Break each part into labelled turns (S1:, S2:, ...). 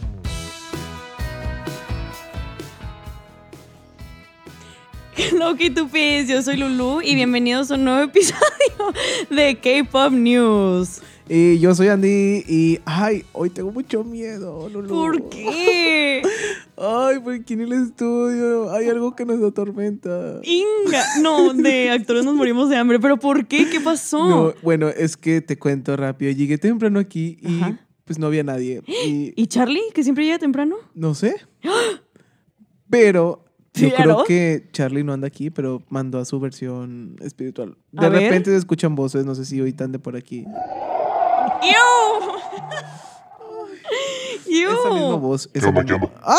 S1: Loki Tupis, yo soy Lulu y bienvenidos a un nuevo episodio de K-Pop News.
S2: Y yo soy Andy y, ay, hoy tengo mucho miedo, Lulu.
S1: ¿Por qué?
S2: Ay, porque en el estudio hay algo que nos atormenta.
S1: Inga. No, de actores nos morimos de hambre, pero ¿por qué? ¿Qué pasó?
S2: No, bueno, es que te cuento rápido. Llegué temprano aquí y
S1: Ajá.
S2: pues no había nadie. Y
S1: ¿Y Charlie, que siempre llega temprano?
S2: no sé. Pero yo
S1: Claro.
S2: creo que Charlie no anda aquí, pero mandó a su versión espiritual. De
S1: A ver.
S2: repente se escuchan voces, no sé si hoy tan de por aquí.
S1: ¡Ew!
S2: Esa misma
S1: ¡Ew!
S2: voz. esa misma- ¡Ah!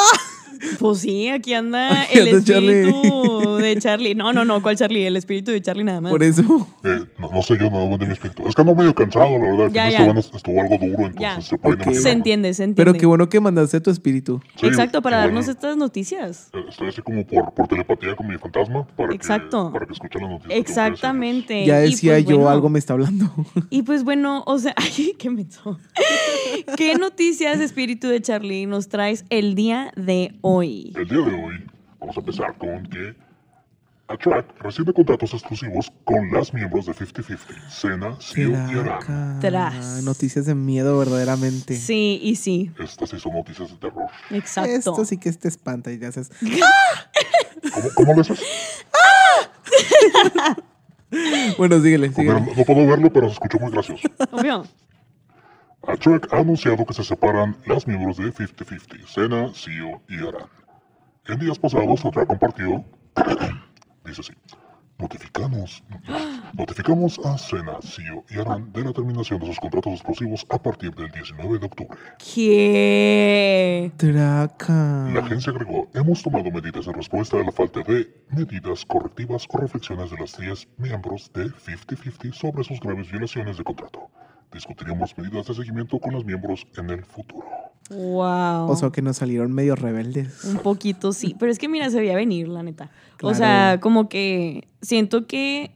S1: Pues sí, aquí anda
S2: Aquí
S1: el
S2: anda Charlie.
S1: espíritu de Charlie. No, no, no, ¿cuál Charlie? El espíritu de Charlie nada más.
S2: Por eso.
S3: Eh, no, no sé yo, no hago de mi aspecto. Es que ando medio cansado, la verdad.
S1: Ya,
S3: Ya,
S1: ya.
S3: estuvo algo duro, entonces
S1: Ya.
S3: se puede
S2: Ok.
S3: imaginar.
S1: se entiende, se entiende.
S2: Pero qué bueno que mandaste a tu espíritu.
S3: Sí,
S1: Exacto, para
S3: igual,
S1: darnos estas noticias.
S3: eh, Estoy así como por, por telepatía con mi fantasma para
S1: Exacto.
S3: que, para que escuchen las noticias. que tengo que decirles.
S1: Exactamente.
S2: Ya
S1: Y
S2: decía
S1: pues,
S2: yo,
S1: bueno,
S2: algo me está hablando.
S1: Y pues bueno, o sea, ay, qué menso. ¿Qué noticias, espíritu de Charlie, nos traes el día de hoy?
S3: El día de hoy vamos a empezar con que Attract recibe contratos exclusivos con las miembros de 50-50, Sena, Siu y Aram.
S2: Caraca.
S1: Tras.
S2: Noticias de miedo, verdaderamente.
S1: Sí, y sí,
S3: Estas sí son noticias de terror.
S1: exacto.
S2: Esto sí que te espanta y ya haces.
S3: ¿Cómo, cómo le haces?
S2: Bueno, síguele,
S3: Porque
S2: síguele.
S3: no- no puedo verlo, pero se escuchó muy gracioso.
S1: Obvio.
S3: Attract ha anunciado que se separan las miembros de 50-50, Sena, Sio y Aran. En días pasados, Attract compartió. dice así: Notificamos, notificamos a Sena, Sio y Aran de la terminación de sus contratos explosivos a partir del 19 de octubre.
S1: ¿Qué?
S3: La
S2: Traca.
S3: agencia agregó: Hemos tomado medidas en respuesta a la falta de medidas correctivas o reflexiones de las 10 miembros de 50-50 sobre sus graves violaciones de contrato. Discutiremos medidas de seguimiento con los miembros en el futuro.
S1: Wow.
S2: O sea, que nos salieron medio rebeldes.
S1: Un poquito sí, pero es que mira, se veía venir, la neta. O
S2: Claro.
S1: sea, como que siento que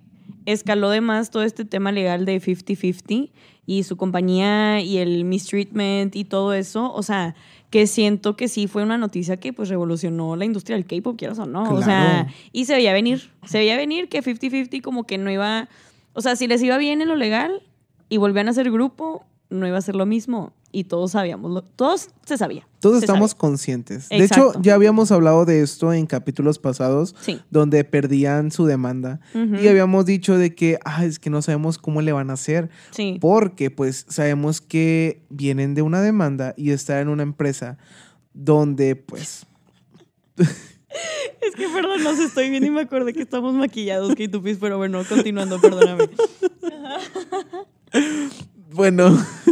S1: escaló de más todo este tema legal de 50-50 y su compañía y el mistreatment y todo eso. O sea, que siento que sí fue una noticia que pues revolucionó la industria del K-pop, quieras o no. O sea,
S2: Claro.
S1: y se veía venir, se veía venir que 50-50 como que no iba, o sea, si les iba bien en lo legal y volvían a ser grupo, no iba a ser lo mismo. Y todos sabíamos, lo- todos se sabía.
S2: Todos
S1: se
S2: estamos
S1: sabía.
S2: conscientes. De
S1: Exacto.
S2: hecho, ya habíamos hablado de esto en capítulos pasados,
S1: Sí.
S2: donde perdían su demanda.
S1: Ujú.
S2: Y habíamos dicho de que, ah, es que no sabemos cómo le van a hacer.
S1: Sí.
S2: Porque pues sabemos que vienen de una demanda y estar en una empresa donde pues
S1: Es que perdón, los estoy viendo y me acordé que estamos maquillados, que tupis, pero bueno, continuando, perdóname.
S2: bueno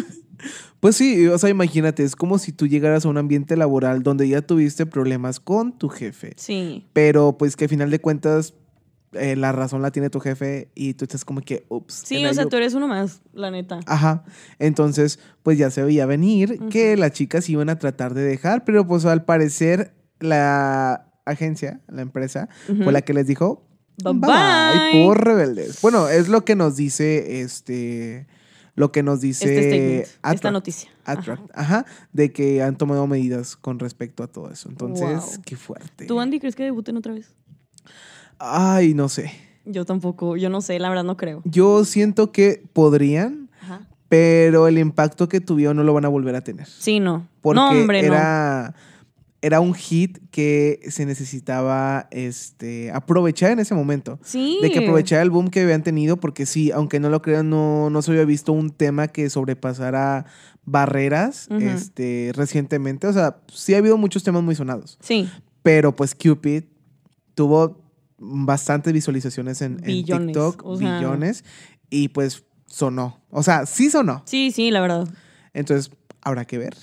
S2: pues sí, o sea, imagínate, es como si tú llegaras a un ambiente laboral donde ya tuviste problemas con tu jefe,
S1: Sí.
S2: pero pues que al final de cuentas eh, la razón la tiene tu jefe y tú estás como que, ups.
S1: Sí,
S2: en
S1: o sea,
S2: ello".
S1: tú eres uno más, la neta.
S2: Ajá, entonces pues ya se veía venir que las chicas iban a tratar de dejar, pero pues al parecer la agencia, la empresa,
S1: Ujú.
S2: fue la que les dijo
S1: Bye
S2: bye,
S1: bye.
S2: por rebeldes. Bueno, es lo que nos dice este lo que nos dice
S1: Este statement, esta
S2: Attract-
S1: noticia.
S2: Attract, ajá, de que han tomado medidas con respecto a todo eso. Entonces,
S1: Wow.
S2: qué fuerte.
S1: ¿Tú, Andy, crees que debuten otra vez?
S2: Ay, no sé.
S1: Yo tampoco, yo no sé, la verdad no creo.
S2: Yo siento que podrían,
S1: Ajá.
S2: pero el impacto que tuvieron no lo van a volver a tener.
S1: Sí, no.
S2: Porque
S1: no, hombre, no.
S2: era, era un hit que se necesitaba este, aprovechar en ese momento.
S1: Sí.
S2: De que aprovechar el boom que habían tenido, porque sí, aunque no lo crean, no, no se había visto un tema que sobrepasara barreras
S1: Ujú.
S2: este, recientemente. O sea, sí ha habido muchos temas muy sonados,
S1: Sí,
S2: pero pues Cupid tuvo bastantes visualizaciones en, en
S1: Billones,
S2: TikTok,
S1: o sea.
S2: billones, y pues sonó. O sea, sí sonó.
S1: sí, sí, la verdad.
S2: Entonces, habrá que ver.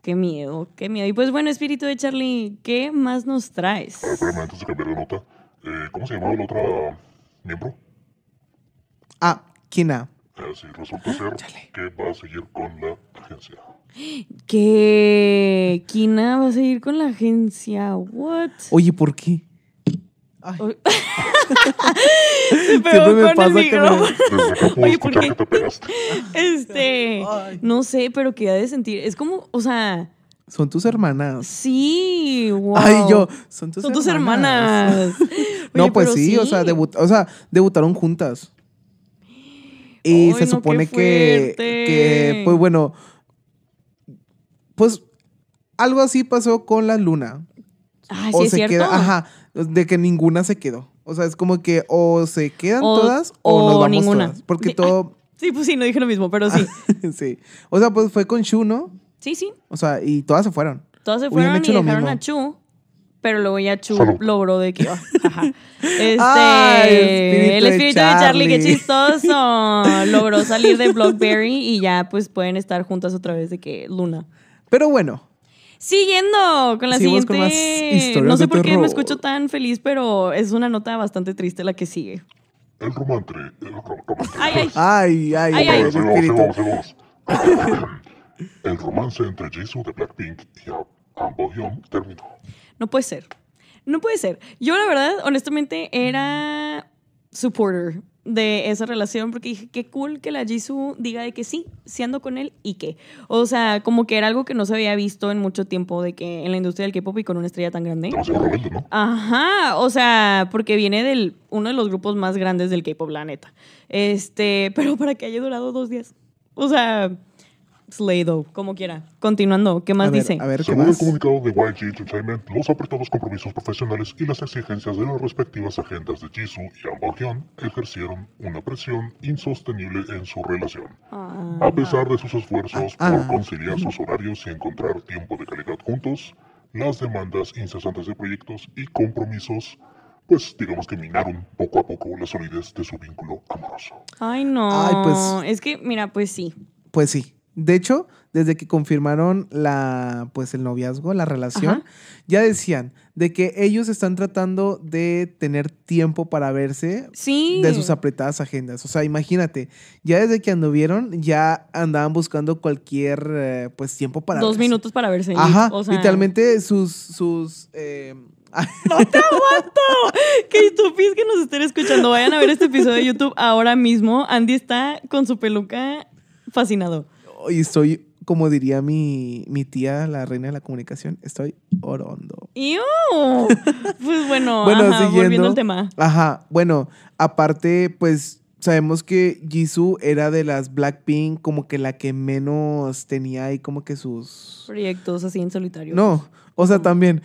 S1: Qué miedo, qué miedo. Y pues bueno, espíritu de Charlie, ¿qué más nos traes?
S3: Ah, Espérame, antes de cambiar de nota, eh, ¿cómo se llamaba la otra miembro?
S2: Ah, Kina.
S3: Eh, sí, resulta
S1: Ah,
S3: ser que va a seguir con la agencia.
S1: Que Kina va a seguir con la agencia. What?
S2: Oye, ¿por qué? Ay,
S1: Oy- Se pegó
S2: Siempre me
S1: con el
S2: pasa que me-
S1: micrófono.
S3: Desde acá puedo
S1: Oye, ¿por
S3: escuchar
S1: qué?
S3: que te pegaste.
S1: Este,
S2: Ay.
S1: no sé, pero que ha de sentir. Es como, o sea,
S2: Son tus hermanas.
S1: Sí, wow.
S2: Ay, yo, son tus
S1: Son tus hermanas.
S2: No,
S1: Oye,
S2: pues
S1: pero
S2: sí, O, sea, debu- o sea, debutaron juntas.
S1: Ay,
S2: Y
S1: no, qué
S2: se supone que, que,
S1: fuerte.
S2: pues bueno, pues algo así pasó con la luna.
S1: Ay,
S2: o
S1: sí, es
S2: se
S1: cierto.
S2: queda, ajá, de que ninguna se quedó. O sea, es como que o se quedan
S1: O-
S2: todas o, nos
S1: o
S2: vamos
S1: ninguna.
S2: todas. Porque
S1: Di-
S2: todo,
S1: Sí, pues sí, no dije lo mismo, pero sí.
S2: Ah. sí. O sea, pues fue con Shu, ¿no?
S1: Sí, sí.
S2: O sea, y todas se fueron.
S1: Todas se
S2: Hubieran
S1: fueron y
S2: hecho lo
S1: dejaron
S2: mismo.
S1: a Chu, pero luego ya Chu
S3: Salud.
S1: logró de que. ajá. Este,
S2: Ay,
S1: el espíritu de Charlie, qué
S2: Charlie.
S1: chistoso. logró salir de Blockberry y ya pues pueden estar juntas otra vez de que Luna.
S2: Pero bueno,
S1: Siguiendo con la
S2: Sigamos
S1: siguiente.
S2: con más historias
S1: no sé
S2: de
S1: por qué
S2: terror.
S1: me escucho tan feliz, pero es una nota bastante triste la que sigue.
S3: El romance. El romance.
S1: Ay, ay.
S2: ay, ay,
S1: Ay,
S2: ay,
S1: ay.
S2: el
S3: Ahí vamos, ahí
S2: espíritu.
S3: vamos, ahí vamos. El romance entre Jisoo de Blackpink y Am Hyun terminó.
S1: No puede ser. No puede ser. Yo, la verdad, honestamente, era supporter de esa relación porque dije, qué cool que la Jisoo diga de que sí, sí ando con él y qué. O sea, como que era algo que no se había visto en mucho tiempo de que en la industria del K-pop y con una estrella tan grande.
S3: Demasiado rebelde, ¿no?
S1: Ajá, o sea, porque viene del uno de los grupos más grandes del K-pop, la neta. Este, pero para que haya durado dos días. O sea, slay though, como quiera. Continuando, ¿qué más
S2: a ver,
S1: dice?
S2: A ver, ¿qué
S3: Según el
S2: más?
S3: comunicado de YG Entertainment, los apretados compromisos profesionales y las exigencias de las respectivas agendas de Jisoo y Am Hyun ejercieron una presión insostenible en su relación.
S1: Ah.
S3: A pesar de sus esfuerzos
S2: Ah,
S3: por
S2: ah.
S3: conciliar sus horarios y encontrar tiempo de calidad juntos, las demandas incesantes de proyectos y compromisos, pues digamos que minaron poco a poco la solidez de su vínculo amoroso.
S1: Ay, no.
S2: Ay, pues-
S1: Es que, mira, pues sí.
S2: Pues sí. De hecho, desde que confirmaron la, pues el noviazgo, la relación,
S1: Ajá.
S2: ya decían de que ellos están tratando de tener tiempo para verse
S1: Sí.
S2: de sus apretadas agendas. O sea, imagínate, ya desde que anduvieron, ya andaban buscando cualquier, eh, pues, tiempo para
S1: Dos
S2: verse.
S1: minutos para verse. y,
S2: Ajá,
S1: o sea,
S2: literalmente sus, sus, eh,
S1: Qué estúpidos que nos estén escuchando. Vayan a ver este episodio de YouTube ahora mismo. Andy está con su peluca fascinado.
S2: y estoy, como diría mi, mi tía, la reina de la comunicación, estoy orondo.
S1: ¡Iu! Pues bueno,
S2: Bueno,
S1: ajá, volviendo
S2: siguiendo.
S1: al tema.
S2: Ajá, bueno, aparte, pues sabemos que Jisoo era de las Blackpink como que la que menos tenía ahí como que sus...
S1: Proyectos así en solitario.
S2: No, o sea, también.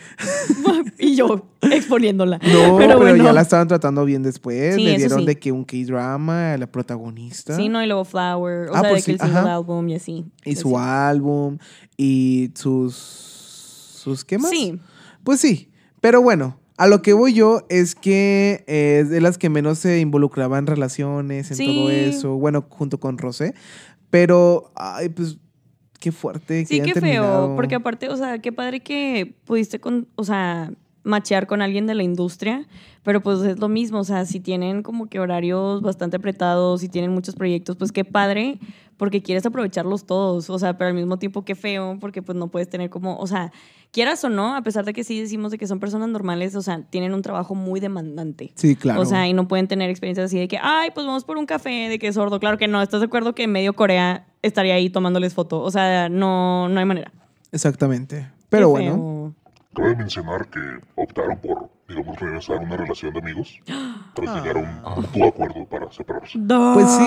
S1: y yo exponiéndola.
S2: No,
S1: pero
S2: pero,
S1: bueno.
S2: ya la estaban tratando bien después.
S1: Sí,
S2: Le
S1: eso
S2: dieron
S1: sí.
S2: de que un K-drama a la protagonista.
S1: Sí, no, y luego Flower. O
S2: Ah,
S1: sea, de
S2: pues
S1: que el
S2: sí,
S1: single
S2: ajá.
S1: álbum y así.
S2: Y
S1: Pues
S2: su
S1: sí.
S2: álbum y sus... ¿Sus qué más?
S1: Sí.
S2: Pues sí, pero bueno, a lo que voy yo es que eh, es de las que menos se involucraban relaciones, en
S1: Sí.
S2: todo eso, bueno, junto con Rosé, pero, ay, pues, qué fuerte. que
S1: Sí,
S2: hayan
S1: qué feo,
S2: terminado.
S1: porque aparte, o sea, qué padre que pudiste con, o sea, machear con alguien de la industria, pero pues es lo mismo, o sea, si tienen como que horarios bastante apretados, si tienen muchos proyectos, pues qué padre, porque quieres aprovecharlos todos, o sea, pero al mismo tiempo qué feo, porque pues no puedes tener como, o sea, quieras o no, a pesar de que sí decimos de que son personas normales, o sea, tienen un trabajo muy demandante.
S2: Sí, claro.
S1: O sea, y no pueden tener experiencias así de que, ay, pues vamos por un café, de que es sordo. Claro que no, ¿estás de acuerdo que medio Corea estaría ahí tomándoles foto? O sea, no, no hay manera.
S2: Exactamente. Pero
S1: Qué
S2: bueno,
S1: feo.
S3: Cabe mencionar que optaron por, digamos, regresar a una relación de amigos, pero llegaron a un mutuo acuerdo para separarse.
S1: No,
S2: Pues sí.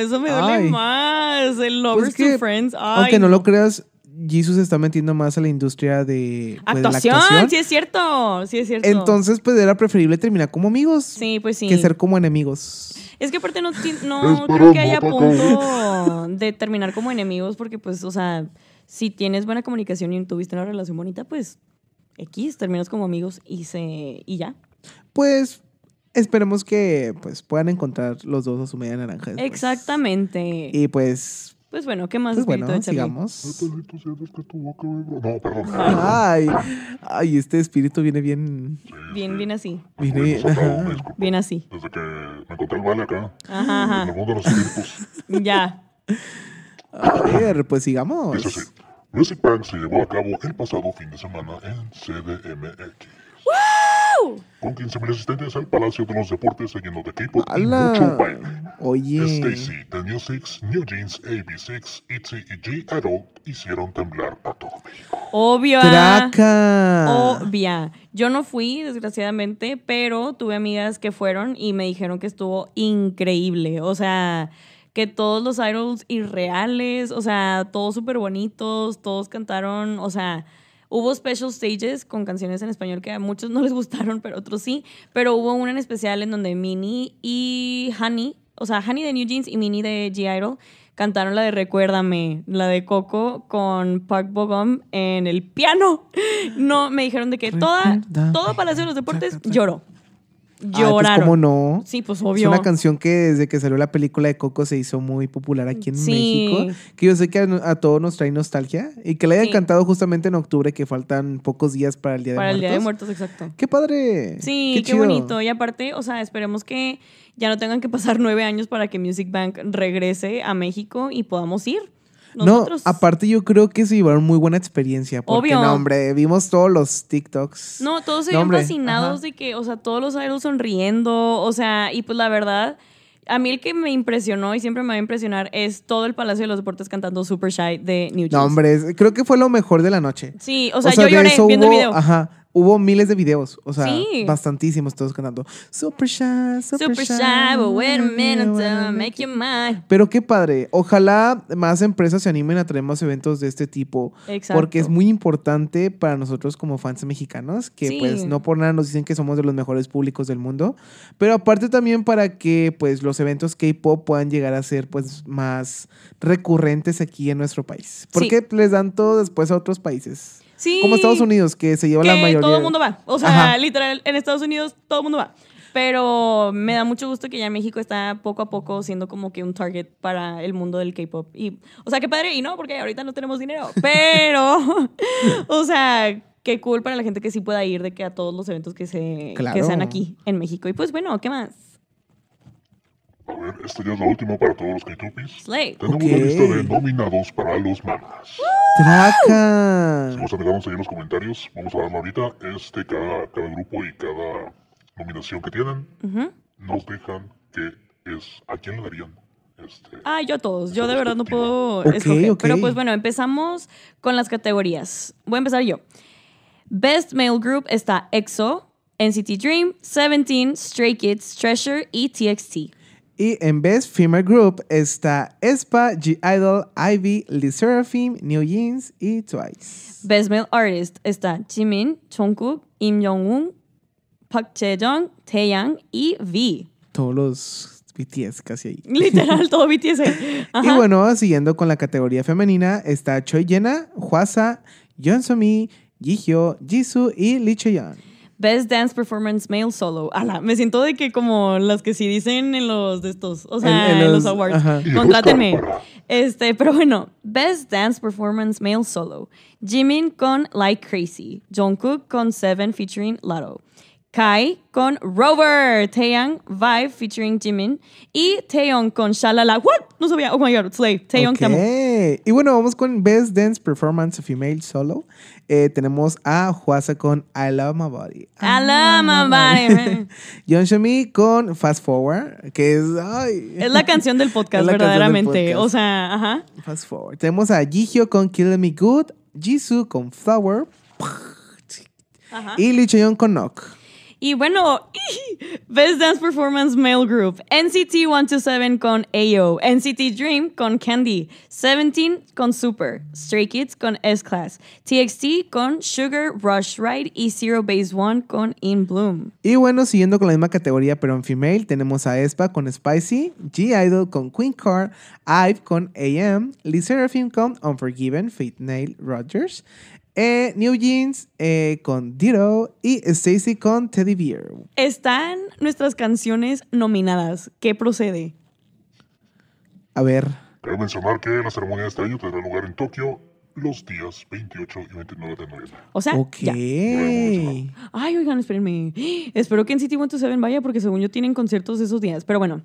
S1: Eso me duele
S2: Ay.
S1: más. El lovers
S2: Pues que,
S1: to friends. Ay,
S2: aunque no lo creas, Jesus se está metiendo más a la industria de pues, la
S1: Actuación, sí es cierto. Sí es cierto.
S2: Entonces, pues era preferible terminar como amigos
S1: Sí, pues sí.
S2: que ser como enemigos.
S1: Es que aparte no, ti- no
S3: Es
S1: creo que
S3: broma,
S1: haya
S3: papá.
S1: punto de terminar como enemigos porque pues, o sea, si tienes buena comunicación y tuviste una relación bonita, pues X, terminas como amigos y se y ya.
S2: Pues esperemos que pues puedan encontrar los dos a su media naranja. después.
S1: Exactamente.
S2: Y pues,
S1: pues bueno, ¿qué más
S2: pues
S1: espíritu
S2: bueno,
S1: de Charlie?
S2: sigamos.
S3: Natalito, sientes que tu boca vibra? No, perdón.
S2: Ay, ay, este espíritu viene bien.
S1: Bien, bien así.
S2: Viene
S3: Pues, Bueno,
S2: bien.
S3: soltado, me
S2: ajá.
S3: disculpo.
S1: Bien así.
S3: Desde que me encontré el vale acá,
S1: Ajá,
S3: en el
S1: ajá.
S3: mundo de los espíritus,
S1: Ya.
S2: A ver, pues sigamos.
S3: Eso sí, Music Bank se llevó a cabo el pasado fin de semana en CDMX.
S1: ¡Wow!
S3: con 15.000 asistentes al Palacio de los Deportes lleno de K-pop y mucho baile.
S2: ¡Hala! Oye.
S3: Stacy, Este The New Six, New Jeans, AB6, ITZY E y G-Idol hicieron temblar a todo México.
S1: Obvia. Ah,
S2: ¡Traca!
S1: Obvia. Yo no fui, desgraciadamente, pero tuve amigas que fueron y me dijeron que estuvo increíble. O sea, que todos los idols irreales, o sea, todos súper bonitos, todos cantaron, o sea. Hubo special stages con canciones en español que a muchos no les gustaron, pero otros sí. Pero hubo una en especial en donde Mini y Honey, o sea, Honey de New Jeans y Mini de G-Idol cantaron la de Recuérdame, la de Coco con Park Bogum en el piano. No, me dijeron de que toda,
S2: Recuérdame.
S1: todo Palacio de los Deportes
S2: Tra, tra, tra.
S1: lloró.
S2: Ay, pues,
S1: Lloraron.
S2: Ah, ¿Cómo no?
S1: Sí, pues
S2: Es
S1: obvio.
S2: una canción que desde que salió la película de Coco se hizo muy popular aquí en
S1: Sí.
S2: México. Que yo sé que a, a todos nos trae nostalgia. Y que la hayan
S1: Sí.
S2: cantado justamente en octubre, que faltan pocos días para el Día de
S1: Para el
S2: Muertos.
S1: Día de Muertos, exacto.
S2: ¡Qué padre!
S1: Sí, qué,
S2: chido.
S1: bonito. Y aparte, o sea, esperemos que ya no tengan que pasar nueve años para que Music Bank regrese a México y podamos ir. Nosotros.
S2: No, aparte yo creo que se llevaron muy buena experiencia. Porque,
S1: Obvio.
S2: no, hombre, vimos todos los TikToks.
S1: No, todos se
S2: No,
S1: vieron
S2: hombre,
S1: fascinados
S2: ajá.
S1: de que, o sea, todos los idols sonriendo, o sea, y pues la verdad, a mí el que me impresionó y siempre me va a impresionar es todo el Palacio de los Deportes cantando Super Shy de New Jeans.
S2: No, hombre, es- creo que fue lo mejor de la noche.
S1: Sí, o sea,
S2: de
S1: yo lloré
S2: eso
S1: viendo
S2: hubo,
S1: el video.
S2: Ajá, hubo miles de videos, o sea,
S1: Sí.
S2: bastantísimos todos cantando. Super shy, super,
S1: Super Shy, but wait a minute,
S2: wanna
S1: uh, make you mine.
S2: Pero qué padre. Ojalá más empresas se animen a traer más eventos de este tipo.
S1: Exacto.
S2: Porque es muy importante para nosotros como fans mexicanos, que
S1: Sí.
S2: pues no por nada nos dicen que somos de los mejores públicos del mundo. Pero aparte también para que pues los eventos K-pop puedan llegar a ser pues más recurrentes aquí en nuestro país.
S1: Sí.
S2: Porque les dan todo después a otros países.
S1: Sí.
S2: Como Estados Unidos, que se lleva la
S1: que
S2: mayoría.
S1: todo el mundo va. O sea,
S2: Ajá.
S1: literal, en Estados Unidos todo el mundo va. Pero me da mucho gusto que ya México está poco a poco siendo como que un target para el mundo del K-pop. Y, o sea, qué padre, y no, porque ahorita no tenemos dinero. Pero, o sea, qué cool para la gente que sí pueda ir de que a todos los eventos que se que
S2: Claro.
S1: sean aquí en México. Y pues bueno, ¿qué más?
S3: A ver, esta ya es la última para todos los K-Tupis.
S1: Slay.
S3: Tenemos
S2: Ok.
S3: una lista de nominados para los mangas.
S2: ¡Traca!
S3: Nos agregamos ahí en los comentarios. Vamos a darle ahorita. Este, cada, cada grupo y cada nominación que tienen,
S1: Ujú.
S3: nos dejan que es a quién le darían. Este,
S1: Ah, yo a todos. Yo de verdad no puedo
S2: Ok,
S1: escoger.
S2: ok.
S1: Pero pues bueno, empezamos con las categorías. Voy a empezar yo. Best Male Group está EXO, NCT Dream, Seventeen, Stray Kids, Treasure y TXT.
S2: Y en Best Female Group está Espa, G-Idol, Ivy, Lee Seraphim, New Jeans y Twice.
S1: Best Male Artist está Jimin, Jungkook, Im Jong-un, Park Jae-jong, Taeyang y V.
S2: Todos los BTS casi ahí.
S1: Literal, todo BTS. Ajá.
S2: Y bueno, siguiendo con la categoría femenina está Choi Yena, Hwasa, Yeonsomi, Jihyo, Jisoo y Lee Cheon.
S1: Best Dance Performance Male Solo. Ala, me siento de que como las que sí dicen en los de estos, o sea,
S2: En-
S1: en,
S2: en
S1: los,
S2: los-
S1: awards.
S2: ajá.
S3: Y el
S1: Contrátenme.
S3: Oscar para-
S1: Este, pero bueno, Best Dance Performance Male Solo. Jimin con Like Crazy, Jungkook con Seven featuring Lotto, Kai con Rover, Taeyang Vibe featuring Jimin y Taeyong con Shalala. What? No sabía. Oh my god, Slay. Taeyong te amo.
S2: Ok. Y bueno, vamos con Best Dance Performance Female Solo. Eh, tenemos a Hwasa con I Love My Body.
S1: I
S2: Ah,
S1: love my body.
S2: Yeonsomi con Fast Forward, que es... ay.
S1: Es la canción del podcast,
S2: Es la canción del
S1: verdaderamente.
S2: podcast.
S1: O sea, ajá.
S2: Fast forward. Tenemos a Jihyo con Kill Me Good, Jisoo con Flower
S1: Ajá.
S2: y Lee Cheon con Knock.
S1: Y bueno, Best Dance Performance Male Group, NCT 127 con AO, NCT Dream con Candy, 17 con Super, Stray Kids con S-Class, TXT con Sugar Rush Ride y Zero Base One con In Bloom.
S2: Y bueno, siguiendo con la misma categoría, pero en female, tenemos a Espa con Spicy, G-Idol con Queen Car, Ive con AM, Lee Seraphim con Unforgiven, Faith Nail Rogers, eh, New Jeans eh, con Ditto y Stacy con Teddy Bear.
S1: Están nuestras canciones nominadas. ¿Qué procede?
S2: A ver,
S3: Cabe mencionar que la ceremonia de este año tendrá lugar en Tokio los días 28 y 29 de noviembre.
S1: O sea,
S2: ok.
S1: ya. Ay, oigan, espérenme. Espero que en City 127 vaya porque según yo tienen conciertos esos días. Pero bueno,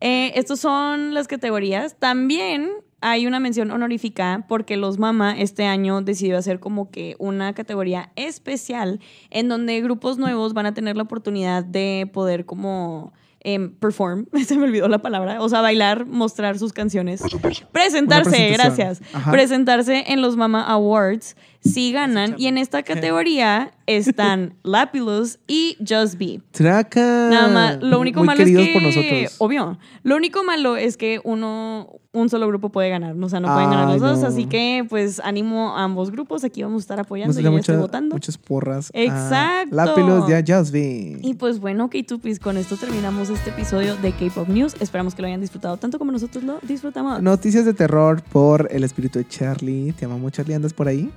S1: eh, estas son las categorías. También hay una mención honorífica porque los Mama este año decidió hacer como que una categoría especial en donde grupos nuevos van a tener la oportunidad de poder como em, perform, se me olvidó la palabra, o sea, bailar, mostrar sus canciones.
S3: Presentarse.
S1: Presentarse,
S2: presentación.
S1: gracias.
S2: Ajá.
S1: Presentarse en los Mama Awards si ganan. Y en esta categoría están Lapilus y Just Be.
S2: Traca.
S1: Nada más. Lo único
S2: Ah, Muy
S1: malo es
S2: queridos
S1: que.
S2: por nosotros.
S1: Obvio. Lo único malo es que uno, un solo grupo puede ganar. O sea, no pueden ganar
S2: Ay,
S1: los dos.
S2: no.
S1: Así que, pues, animo a ambos grupos. Aquí vamos a estar
S2: Nos
S1: apoyando.
S2: da
S1: Yo ya estoy
S2: mucha-
S1: votando.
S2: muchas porras. Ah, a
S1: Exacto.
S2: Lápilos de Just Be.
S1: Y pues bueno, K-Tupis, con esto terminamos este episodio de K-Pop News. Esperamos que lo hayan disfrutado tanto como nosotros lo disfrutamos.
S2: Noticias de terror por el espíritu de Charlie. Te amamos, Charlie. ¿Andas por ahí?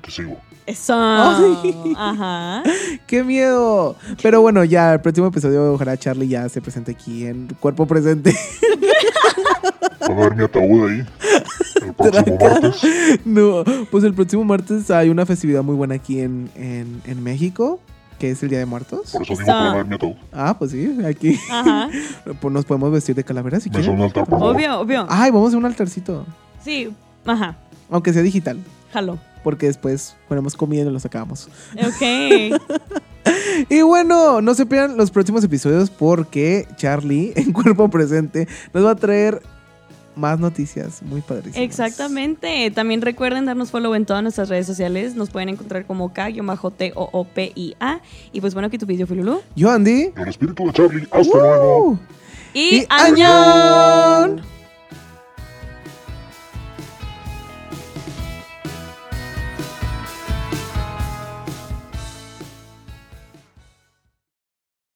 S3: Te sigo.
S1: Eso.
S2: Ay.
S1: Ajá.
S2: ¡Qué miedo! Pero bueno, ya el próximo episodio, ojalá Charlie ya se presente aquí en cuerpo presente.
S3: Va a ver mi ataúd ahí. El próximo martes.
S2: no, pues el próximo martes hay una festividad muy buena aquí en, en, en México, que es el Día de Muertos.
S3: Por eso digo
S1: Eso.
S3: que va a ver mi ataúd.
S2: Ah, pues sí, aquí
S1: Ajá.
S2: pues nos podemos vestir de calavera si
S3: Me hizo un
S2: quieren.
S3: altar, por favor.
S1: Obvio, obvio.
S2: Ay, vamos a un altarcito,
S1: Sí. Ajá.
S2: aunque sea digital,
S1: Jalo.
S2: porque después ponemos comida y nos lo sacamos.
S1: Ok.
S2: Y bueno, no se pierdan los próximos episodios porque Charlie, en cuerpo presente, nos va a traer más noticias muy padrísimas.
S1: Exactamente. También recuerden darnos follow en todas nuestras redes sociales. Nos pueden encontrar como K-T-O-O-P-I-A. Y pues bueno, aquí tu video fue Lulú.
S2: Yo, Andy.
S3: El espíritu de Charlie. Hasta luego.
S2: ¡Uh!
S1: Y,
S2: ¡Añón!
S1: ¡Añón!